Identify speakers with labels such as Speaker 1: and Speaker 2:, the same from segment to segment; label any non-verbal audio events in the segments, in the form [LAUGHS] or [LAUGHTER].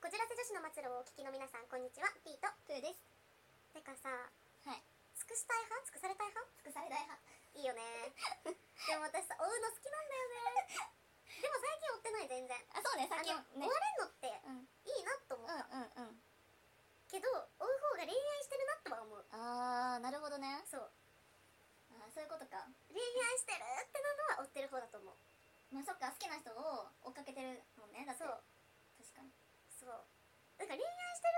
Speaker 1: こじらせ女子の末路をお聞きの皆さんこんにちは P と
Speaker 2: プーです
Speaker 1: てかさ
Speaker 2: はい
Speaker 1: 尽くしたい派尽くされたい派
Speaker 2: 尽くされない
Speaker 1: いい
Speaker 2: 派 [LAUGHS]
Speaker 1: よねでも私さ追うの好きなんだよねでも最近追ってない全然
Speaker 2: あそうね最近
Speaker 1: あの
Speaker 2: ね
Speaker 1: 追われんのって
Speaker 2: うんうんうん
Speaker 1: いいなと思う
Speaker 2: うん
Speaker 1: けど追う方が恋愛してるなとは思う
Speaker 2: あーなるほどね
Speaker 1: そう
Speaker 2: あーそういうことか
Speaker 1: 恋愛してるってなのは追ってる方だと思う
Speaker 2: まあそっか好きな人を追っかけてるもんねだって
Speaker 1: そう
Speaker 2: 確かに
Speaker 1: そうなんか恋愛してる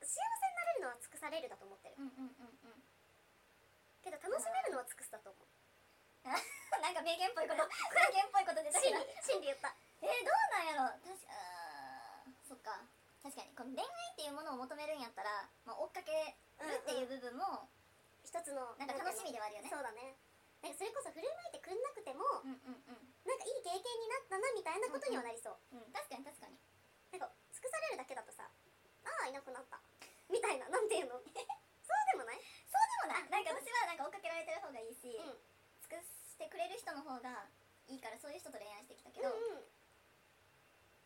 Speaker 1: 幸せになれるのは尽くされるだと思ってる
Speaker 2: うんうんうんうん
Speaker 1: けど楽しめるのは尽くすだと思う
Speaker 2: [LAUGHS] なんか名言っぽいこと名言っぽいこと出たけ [LAUGHS]
Speaker 1: 真
Speaker 2: ど
Speaker 1: 理真理言った
Speaker 2: えー、どうなんやろ確かあーそっか確かにこの恋愛っていうものを求めるんやったら、まあ、追っかけるっていう部分も、
Speaker 1: 一つの
Speaker 2: なんか楽しみではあるよね
Speaker 1: そうだねなんかそれこそ振る舞いてくんなくても、
Speaker 2: うん、うん
Speaker 1: なんかいい経験になったなみたいなことにはなりそう、
Speaker 2: うんうん確かに確かに
Speaker 1: なんか尽くされるだけだとさああいなくなったみたいななんていうの [LAUGHS] そうでもない
Speaker 2: そうでもななんか私はなんか追っかけられてる方がいいし、
Speaker 1: うん
Speaker 2: 尽くしてくれる人の方がいいからそういう人と恋愛してきたけど、
Speaker 1: うんうん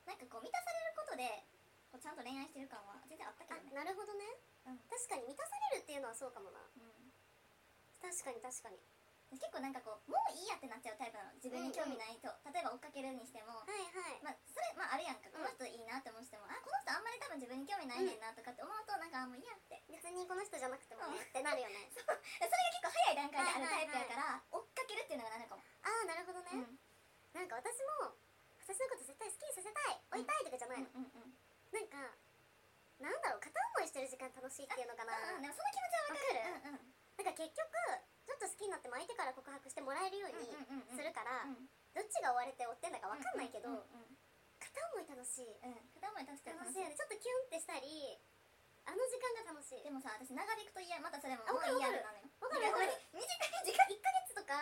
Speaker 2: なんかこう満たされることでこうちゃんと恋愛してる感は全然あったけ
Speaker 1: あ
Speaker 2: どね
Speaker 1: なるほどね、
Speaker 2: うん
Speaker 1: 確かに満たされるっていうのはそうかもな
Speaker 2: うん
Speaker 1: 確かに確かに
Speaker 2: 結構なんかこうもういいやってなっちゃうタイプなの自分に興味ないと、例えば追っかけるにして
Speaker 1: は
Speaker 2: も、
Speaker 1: いはい、
Speaker 2: まあ、それ、まあ、あるやんかこの人いいなって思う人も、あこの人あんまり多分自分に興味ないねんなとかって思うとなんかあもういいやって
Speaker 1: 別にこの人じゃなくても
Speaker 2: う
Speaker 1: ね
Speaker 2: ん
Speaker 1: ってなるよね
Speaker 2: それが結構早い段階であるタイプやから、追っかけるっていうのがなるかも、
Speaker 1: ああなるほどね、
Speaker 2: うん
Speaker 1: なんか私も私のこと絶対好きにさせたい追いたいとかじゃないの、
Speaker 2: うんうんうん
Speaker 1: なんかなんだろう片思いしてる時間楽しいっていうのかな
Speaker 2: うんう
Speaker 1: な
Speaker 2: ん
Speaker 1: んか
Speaker 2: でもその気持ちはわかる
Speaker 1: 結局ちょっと好きになっても相手から告白してもらえるように
Speaker 2: うんうんうん
Speaker 1: す
Speaker 2: うん
Speaker 1: るか
Speaker 2: う
Speaker 1: ら
Speaker 2: んうんうん
Speaker 1: どっちが追われて追ってんだか分かんないけど
Speaker 2: うんうん
Speaker 1: 片思い楽しい
Speaker 2: うん、片思い確かに
Speaker 1: 楽し
Speaker 2: 楽し
Speaker 1: い
Speaker 2: い
Speaker 1: よねちょっとキュンってしたりあの時間が楽しい
Speaker 2: でもさ私長引くと嫌またそれも
Speaker 1: あ
Speaker 2: も
Speaker 1: わかる
Speaker 2: う嫌なのよ
Speaker 1: わかるわかる
Speaker 2: 短
Speaker 1: 時
Speaker 2: い時
Speaker 1: 間
Speaker 2: 間
Speaker 1: 1ヶ月とか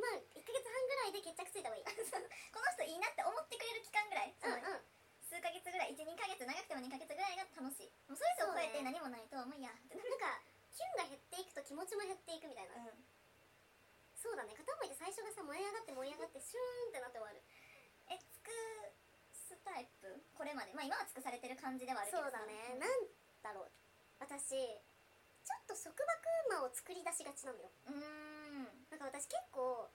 Speaker 1: まあ1ヶ月半ぐらいで決着ついた方がいいう
Speaker 2: この人いいなって思ってくれる期間ぐらい、そ
Speaker 1: ん
Speaker 2: の
Speaker 1: うん
Speaker 2: 数ヶ月ぐらい12ヶ月長くても2ヶ月ぐらいが楽しいもうそれ以上超えて何もないともう嫌ってなる
Speaker 1: なんかキュンが減っていくと気持ちも減っていくみたいな、
Speaker 2: うん
Speaker 1: そうだね片思いって最初がさ燃え上がって燃え上がってシューンってなって終わる
Speaker 2: え尽くすタイプこれまでまあ今は尽くされてる感じではあるけ
Speaker 1: そ
Speaker 2: ど
Speaker 1: う
Speaker 2: さ
Speaker 1: だねなんだろう私ちょっと束縛魔を作り出しがちなのよ
Speaker 2: うーん
Speaker 1: なんか私結構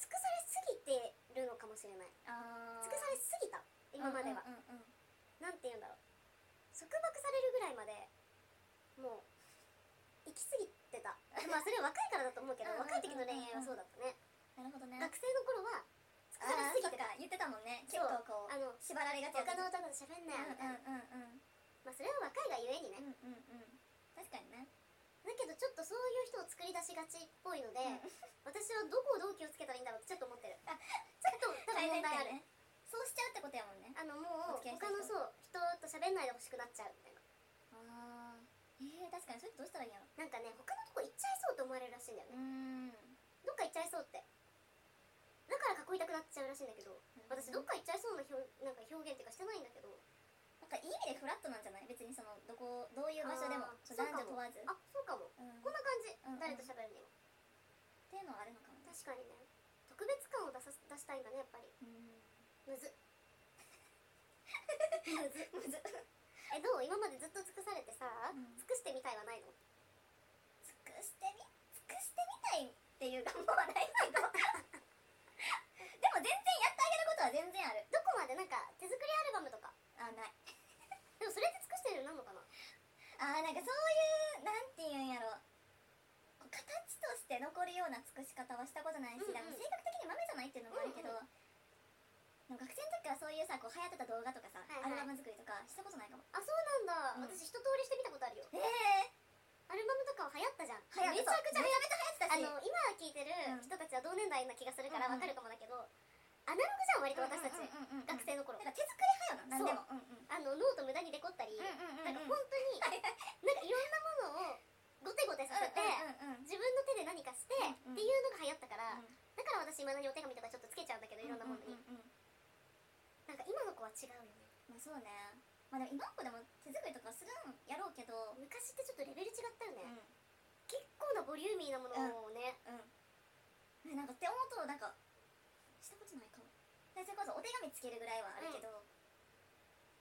Speaker 1: 尽くされすぎてるのかもしれない
Speaker 2: あー
Speaker 1: 尽くされすぎた今までは、
Speaker 2: うんうんうんうん
Speaker 1: なんて言うんだろう束縛されるぐらいまでもう行き過ぎてたまあそれは若いからだと思うけど
Speaker 2: うんうんうんうん
Speaker 1: 若い時の恋愛はそうだったね
Speaker 2: なるほどね
Speaker 1: 学生の頃は尽くされ
Speaker 2: あー
Speaker 1: す
Speaker 2: そ
Speaker 1: ぎ
Speaker 2: う
Speaker 1: て
Speaker 2: か
Speaker 1: た
Speaker 2: 言ってたもんね結
Speaker 1: そう
Speaker 2: 構こう
Speaker 1: あの
Speaker 2: 縛られがちやった
Speaker 1: 他の男と喋んなよみたいな、
Speaker 2: うんうんうんうん
Speaker 1: まあそれは若いがゆえにね、
Speaker 2: うんうんうん確かにね
Speaker 1: だけどちょっとそういう人を作り出しがちっぽいので、
Speaker 2: うん
Speaker 1: 私はどこをどう気をつけたらいいんだろうってちょっと思ってるちょ
Speaker 2: [LAUGHS]
Speaker 1: っと多分問題ある
Speaker 2: ねそうしちゃうってことやもんね
Speaker 1: あのもう
Speaker 2: お付き合いし
Speaker 1: 他のそう人と
Speaker 2: た人
Speaker 1: 喋んないでほしくなっちゃうみたいな
Speaker 2: あーえー、確かにそれどうしたらいいんやろ
Speaker 1: なんかね他のとこ行っちゃいそうと思われるらしいんだよ
Speaker 2: うー
Speaker 1: ね、
Speaker 2: ん
Speaker 1: どっか行っちゃいそうってだから囲いたくなっちゃうらしいんだけど私どっか行っちゃいそうな表なんか表現っていうかしてないんだけど
Speaker 2: なんかいい意味でフラットなんじゃない別にそのどこどういう場所でも
Speaker 1: あー
Speaker 2: そう男女問わず
Speaker 1: あそうかも
Speaker 2: うん、っ
Speaker 1: こんな感じ、
Speaker 2: うんうん
Speaker 1: 誰と喋るにも
Speaker 2: ていうのはあるのかもね
Speaker 1: 確かにね特別感を出さ出したいんだねやっぱり
Speaker 2: うん
Speaker 1: むずむず
Speaker 2: [LAUGHS] むず
Speaker 1: [LAUGHS] えどう今までずっと尽くされてさ、
Speaker 2: うん
Speaker 1: 尽くしてみたいはないの
Speaker 2: 尽くしてみ尽くしてみたいっていう願望はないけ [LAUGHS] どでも全然やってあげることは全然ある
Speaker 1: どこまでなんか手作りアルバムとか
Speaker 2: あない
Speaker 1: でもそれって尽くしてるようになるのかな
Speaker 2: あーなんかそういうなんていうんやろこう形として残るような尽くし方はしたことないし、
Speaker 1: うんうん
Speaker 2: だから性格的にマメじゃないっていうのもあるけど、
Speaker 1: うんう
Speaker 2: でも学生の時からそういうさこう流行ってた動画とかさ、
Speaker 1: はいはい
Speaker 2: アルバム作りとかしたことないかも
Speaker 1: あそうなんだ、
Speaker 2: うん
Speaker 1: 私一通りしてみたことあるよ
Speaker 2: ええ
Speaker 1: アルバムとかは流行ったじゃんめち
Speaker 2: ー、
Speaker 1: ゃくちゃ流行っ
Speaker 2: めちゃ
Speaker 1: あ
Speaker 2: めちゃ流行って
Speaker 1: の今聴いてる人たちは
Speaker 2: たし
Speaker 1: 同年代な気がするからわ
Speaker 2: うんう
Speaker 1: か
Speaker 2: ん
Speaker 1: るかもだけど、アナログじゃん割と私たち、
Speaker 2: うんうんうんうんうん
Speaker 1: 学生の頃
Speaker 2: だから手作り派よな何でも
Speaker 1: あのノート
Speaker 2: うんうん
Speaker 1: 無駄にデコったり、
Speaker 2: うんうん
Speaker 1: なん
Speaker 2: うんうん
Speaker 1: か本当になんかいろんなものをゴテゴテさせて、
Speaker 2: うんうんうんうん
Speaker 1: 自分の手で何かして、
Speaker 2: うんうん
Speaker 1: っていうのが流行ったから、
Speaker 2: うん
Speaker 1: だから私いまだにお手紙とかちょっとつけちゃうんだけどいろんなものに、
Speaker 2: うんうんうん
Speaker 1: なんか今の子は違うよね
Speaker 2: まあそうねまあでも今の子でも手作りとかするんやろうけど
Speaker 1: 昔ってちょっとレベル違ったよ
Speaker 2: う
Speaker 1: ね、
Speaker 2: ん
Speaker 1: 結構なボリューミーなものをね、
Speaker 2: うん、ね、なんかって思うとなんかしたことないかもでそれこそお手紙つけるぐらいはあるけど、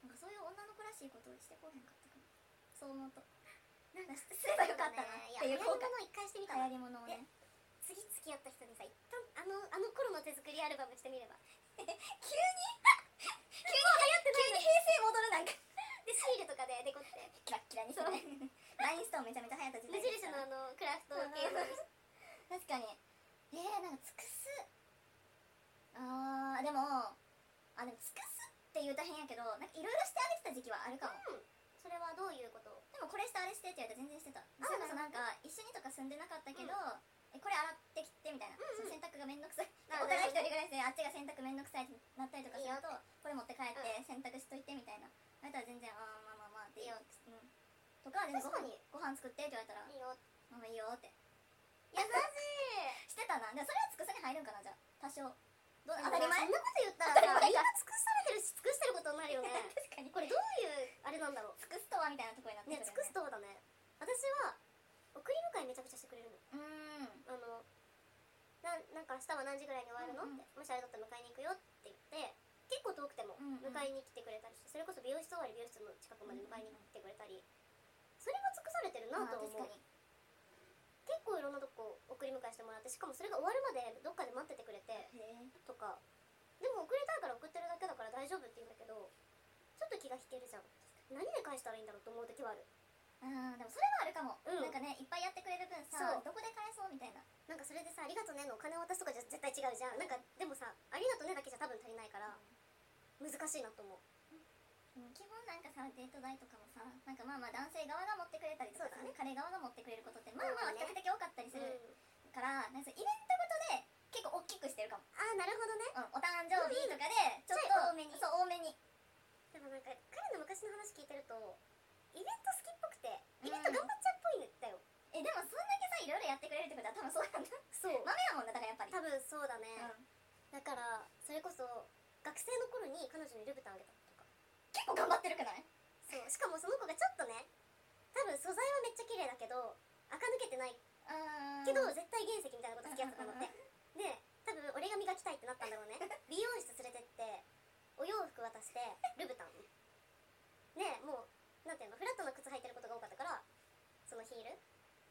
Speaker 2: なんかそういう女の子らししいことをしてこへんかったかなそう思うとなんかすればよかったなっていう
Speaker 1: そう
Speaker 2: 後
Speaker 1: だねいや流行り物一回してみ
Speaker 2: 悔
Speaker 1: たら
Speaker 2: 流行り物をね
Speaker 1: 次付き合った人にさ一旦あのあの頃の手作りアルバムしてみれば
Speaker 2: 急に急に [LAUGHS] 急に平成戻るなんか
Speaker 1: でシールとかでデコ [LAUGHS] って
Speaker 2: キラッキラにしてねラインストーンめちゃめちゃ流行った時
Speaker 1: 無
Speaker 2: 代
Speaker 1: 印のあのクラフト系の
Speaker 2: [LAUGHS] 確かにえー、なんか尽くすあーでもあでも尽くすって言うたへんやけどなんかいろいろしてあげてた時期はあるかも
Speaker 1: それはどういうこと
Speaker 2: でもこれしてあれしてって言われたら全然してたそれこそなんか一緒にとか住んでなかったけど、えこれ洗ってきてみたいな、
Speaker 1: うんうん
Speaker 2: その洗濯がめんど [LAUGHS] くさい
Speaker 1: な
Speaker 2: お
Speaker 1: るほど
Speaker 2: 互い一人暮らしであっちが洗濯めんどくさいってなったりとかすると
Speaker 1: い
Speaker 2: これ持って帰って洗濯しといてみたいなあなたは全然あーまあまあまあっていいよ、うん、とか全然
Speaker 1: 確かに
Speaker 2: ご飯ご飯作ってって言われたら
Speaker 1: いいよ
Speaker 2: ママいいよって
Speaker 1: 優しい
Speaker 2: してたなでもそれは尽くさに入るんかなじゃあ多少
Speaker 1: 当
Speaker 2: どう当
Speaker 1: た
Speaker 2: た
Speaker 1: り
Speaker 2: り
Speaker 1: 前そん
Speaker 2: 前
Speaker 1: なこと言ったらさみんな尽くされてるし尽くしてることにな [LAUGHS] るよね
Speaker 2: 確かに
Speaker 1: これどういうあれなんだろう
Speaker 2: 尽くすとはみたいなとこになって
Speaker 1: ね
Speaker 2: くる
Speaker 1: 尽く
Speaker 2: よ
Speaker 1: すとだね私は送り迎えめちゃくちゃしてくれるの
Speaker 2: うーん
Speaker 1: あのなんなんか明日は何時ぐらいに終わるの、
Speaker 2: うん
Speaker 1: っ
Speaker 2: うん
Speaker 1: てもしあれだったら迎えに行くよって言って結構遠くても
Speaker 2: うんうん
Speaker 1: 迎えに来てくれたりしてそれこそ美容室終わり美容室の近くまで迎えに来てくれたりそれは尽くされてるな
Speaker 2: まあ
Speaker 1: と思
Speaker 2: 確
Speaker 1: う
Speaker 2: かに
Speaker 1: 結構いろんなとこ送り迎えしてもらってしかもそれが終わるまでどっかで待っててくれて
Speaker 2: へえ
Speaker 1: とかでも遅れたいから送ってるだけだから大丈夫って言うんだけどちょっと気が引けるじゃん何で返したらいいんだろうと思う時はある
Speaker 2: あーでもそれはあるかも、
Speaker 1: うん
Speaker 2: なんかねいっぱいやってくれる分
Speaker 1: そ
Speaker 2: さ
Speaker 1: う
Speaker 2: どこで返そうみたいな
Speaker 1: なんかそれでさ「ありがとうね」のお金を渡すとかじゃ絶対違うじゃんなんかでもさ「ありがとうね」だけじゃ多分足りないから難しいなと思う
Speaker 2: うん基本なんかさデート代とかもさなんかまあまあ男性側が持ってくれたりとか
Speaker 1: そう
Speaker 2: さ、
Speaker 1: だね
Speaker 2: 彼側が持ってくれることってまあまあ比較的多かったりする
Speaker 1: うん
Speaker 2: から、なんかそのイベントごとで結構大きくしてるかも、
Speaker 1: ああなるほどね
Speaker 2: うん、お誕生日とかでちょ
Speaker 1: ち
Speaker 2: っ
Speaker 1: ょい多
Speaker 2: と
Speaker 1: めに
Speaker 2: そう多めに
Speaker 1: でもなんか彼の昔の話聞いてるとイベント好きっぽくてイベント頑張っちゃうっぽいんだよ、
Speaker 2: えでもそんだけさいろいろやってくれるってことは多分そうなんだ
Speaker 1: そう
Speaker 2: 豆やもんなだからやっぱり
Speaker 1: 多分そうだね、
Speaker 2: うん
Speaker 1: だからそれこそ学生の頃に彼女にルブタンあげたとか
Speaker 2: 結構頑張ってるくない
Speaker 1: そうしかもその子がちょっとね多分素材はめっちゃ綺麗だけど垢抜けてない
Speaker 2: あー
Speaker 1: けど絶対原石みたいなこと好きやつなのってで多分俺が磨きたいってなったんだろう [LAUGHS] ね美容室連れてってお洋服渡してルブタンでもうなんていうのフラットな靴履いてることが多かったからそのヒール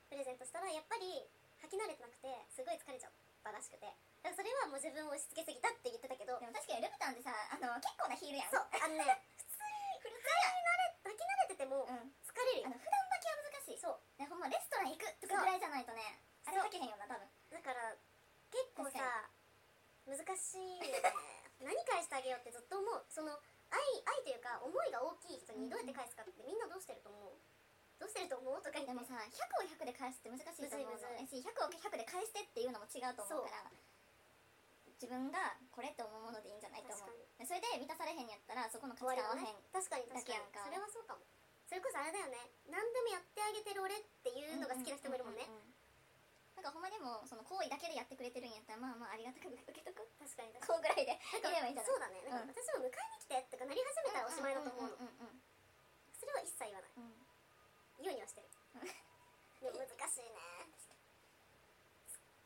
Speaker 1: プレゼントしたらやっぱり履き慣れてなくてすごい疲れちゃったらしくてだからそれはもう自分を押し付けすぎたって言ってたけど
Speaker 2: でも確かにルブタンってさあの結構なヒールやん
Speaker 1: そうあのね普通に履き慣れ履き慣れてても
Speaker 2: うん
Speaker 1: 疲れるよ
Speaker 2: あの普段だけは難しいそうねほんまレストラン行くとかぐらいじゃないとねあれはけへんよな多分
Speaker 1: だから結構
Speaker 2: 確
Speaker 1: さ難しいよね [LAUGHS] 何返してあげようってずっと思うその愛愛というか思いが大きい人にどうやって返すかってみんなどうしてると思うどうしてると思うとか言っ
Speaker 2: で
Speaker 1: て
Speaker 2: もさ100を100で返すって難しいと思うの
Speaker 1: む
Speaker 2: し100を100で返してっていうのも違うと思うから自分がこれって思うものでいいんじゃないと思うそれで満たされへんやったらそこの価
Speaker 1: 終わ
Speaker 2: 値
Speaker 1: りは
Speaker 2: 観合わへ
Speaker 1: ね
Speaker 2: ん
Speaker 1: 確かに確かに
Speaker 2: だけやんか
Speaker 1: それはそうかもそれこそあれだよね何でもやってあげてる俺っていうのが好きな人もいるもんね
Speaker 2: ううううんなんかほんまでもその行為だけでやってくれてるんやったらまあまあありがたく受けとく
Speaker 1: 確かに確か
Speaker 2: こうぐらいで
Speaker 1: に
Speaker 2: 言えばいいんじゃない
Speaker 1: そうだねなんか私も迎えに来てとかなり始めたらおしまいだと思うの
Speaker 2: んんん
Speaker 1: それは一切言わない
Speaker 2: うんうん
Speaker 1: 言うには
Speaker 2: [LAUGHS]
Speaker 1: してる
Speaker 2: うん
Speaker 1: でも難しいね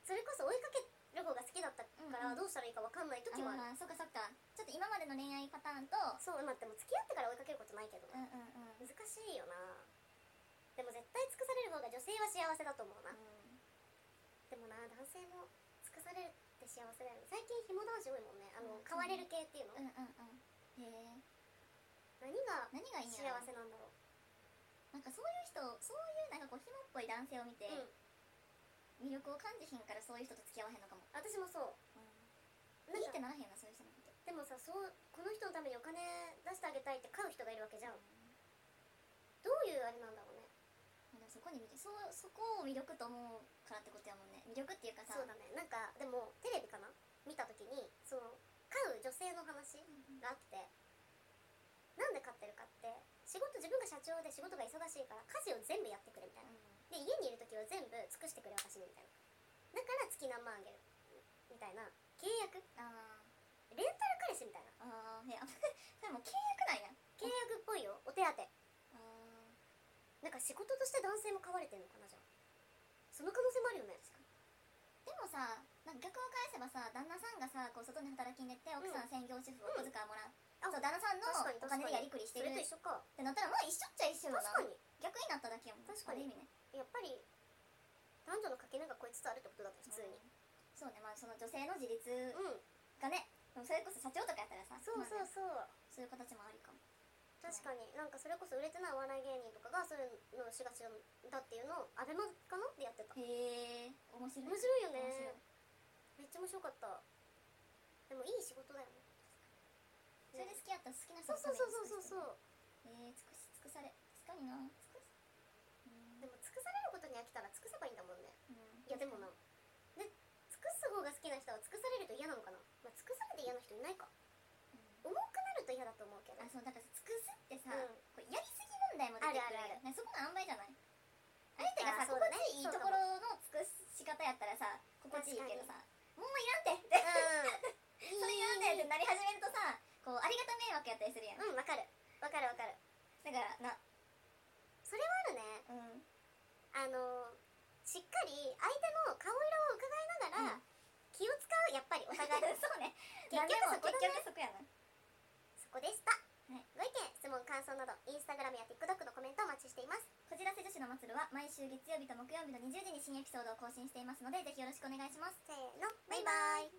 Speaker 1: それこそ追いかける方が好きだったから
Speaker 2: うんうん
Speaker 1: どうしたらいいか分かんない時もある、
Speaker 2: あーそっかそっかちょっと今までの恋愛パターンと
Speaker 1: そうまあでも付き合ってから追いかけることないけど
Speaker 2: うん
Speaker 1: ね、
Speaker 2: うんうん、うん、
Speaker 1: 難しいよなでも絶対尽くされる方が女性は幸せだと思うな、でもな男性も尽くされるって幸せだよね最近紐男子多いもんねあの
Speaker 2: うん
Speaker 1: 買われる系っていうの、
Speaker 2: うんうんうんへえ
Speaker 1: 何が
Speaker 2: 何がいいん
Speaker 1: 幸
Speaker 2: やろ
Speaker 1: せなんだろう、
Speaker 2: なんかそういう人そういうなんかこう紐っぽい男性を見て
Speaker 1: うん
Speaker 2: 魅力を感じひんからそういう人と付き合わへんのかも、
Speaker 1: 私もそうなん
Speaker 2: いいっ
Speaker 1: か
Speaker 2: てならへんなそういう人のこと
Speaker 1: でもさそうこの人のためにお金出してあげたいって買う人がいるわけじゃんどういうあれなんだろうね
Speaker 2: でもそこに魅力そうそこを魅力と思うからってことやもんね魅力っていうかさ
Speaker 1: そうだねなんかでもテレビかな見た時にその飼う女性の話
Speaker 2: うん
Speaker 1: があってなんで飼ってるかって仕事自分が社長で仕事が忙しいから家事を全部やってくれみたいなで家にいる時は全部尽くしてくれ私にみたいなだから月何万あげるみたいな契約
Speaker 2: あー
Speaker 1: レンタル彼氏みたいな
Speaker 2: あ [LAUGHS] ーへえあそれもう契約なんや
Speaker 1: 契約っぽいよお手当
Speaker 2: あー
Speaker 1: なんか仕事として男性も飼われてんのかなじゃあその可能性もあるよね
Speaker 2: でもさなんか逆を返せばさ旦那さんがさこう外に働きに出て奥さん専業主婦
Speaker 1: う
Speaker 2: お
Speaker 1: ん
Speaker 2: 小遣いもらう、
Speaker 1: ああ
Speaker 2: そう旦那さんの
Speaker 1: 確かに確か
Speaker 2: お金
Speaker 1: に
Speaker 2: でやりくりして
Speaker 1: そ
Speaker 2: る
Speaker 1: れと
Speaker 2: っ
Speaker 1: 一緒か
Speaker 2: てなったらまあ一緒っちゃ一緒よ
Speaker 1: 確
Speaker 2: な
Speaker 1: かに
Speaker 2: 逆になっただけやもん
Speaker 1: 確かに
Speaker 2: ある意味ね
Speaker 1: やっぱり男女の垣根が超えつつあるってことだった普通に
Speaker 2: そうねまあその女性の自立
Speaker 1: うん、
Speaker 2: がねでもそれこそ社長とかやったらさ
Speaker 1: そうそう
Speaker 2: まあね
Speaker 1: そう
Speaker 2: そういう形もありかも
Speaker 1: 確かになんかそれこそ売れてないお笑い芸人とかがそういうのをしがちだっていうのをアベマかなってやってた面
Speaker 2: へえ面白
Speaker 1: 白
Speaker 2: い
Speaker 1: いよねめっちゃ面白かったでもいい仕事だよね
Speaker 2: 面白いそれで好きやったら好きな人
Speaker 1: そうそうそうそうそうそ
Speaker 2: う
Speaker 1: う
Speaker 2: えー、尽くし尽くされ確かにな尽くしうん
Speaker 1: でも尽くされることに飽きたら尽くせばいいんだもんね
Speaker 2: うん
Speaker 1: いやでもなで尽くす方が好きな人は尽くされると嫌なのかな、まあ、尽くされて嫌な人いないか重く
Speaker 2: うん
Speaker 1: なると嫌だと思うけど
Speaker 2: あそうだから尽くすってさ、
Speaker 1: うん
Speaker 2: こうやりすぎ問題も出てくる
Speaker 1: あるあるある
Speaker 2: ねそこの塩梅じゃない相手が
Speaker 1: あそ
Speaker 2: さ、
Speaker 1: うだ
Speaker 2: 心
Speaker 1: ね
Speaker 2: 地いいところの尽くし方やったらさ心地いいけどさもういらんてって
Speaker 1: うん
Speaker 2: それいらんてってなり始めるとさこうありがた迷惑やったりするやんだ
Speaker 1: うんわかるわかるわかる
Speaker 2: からな
Speaker 1: それはあるね
Speaker 2: うん
Speaker 1: あのしっかり相手の顔色を伺いながら、
Speaker 2: うん
Speaker 1: 気を使うやっぱりお
Speaker 2: [LAUGHS] そ
Speaker 1: 互
Speaker 2: う
Speaker 1: い
Speaker 2: ね
Speaker 1: 結局そこだね
Speaker 2: 結局そこやな
Speaker 1: そこでした、
Speaker 2: はい
Speaker 1: ご意見質問感想などインスタグラムや TikTok のコメントお待ちしています
Speaker 2: こじらせ女子のまつるは毎週月曜日と木曜日の20時に新エピソードを更新していますのでぜひよろしくお願いします
Speaker 1: せーのバイバイ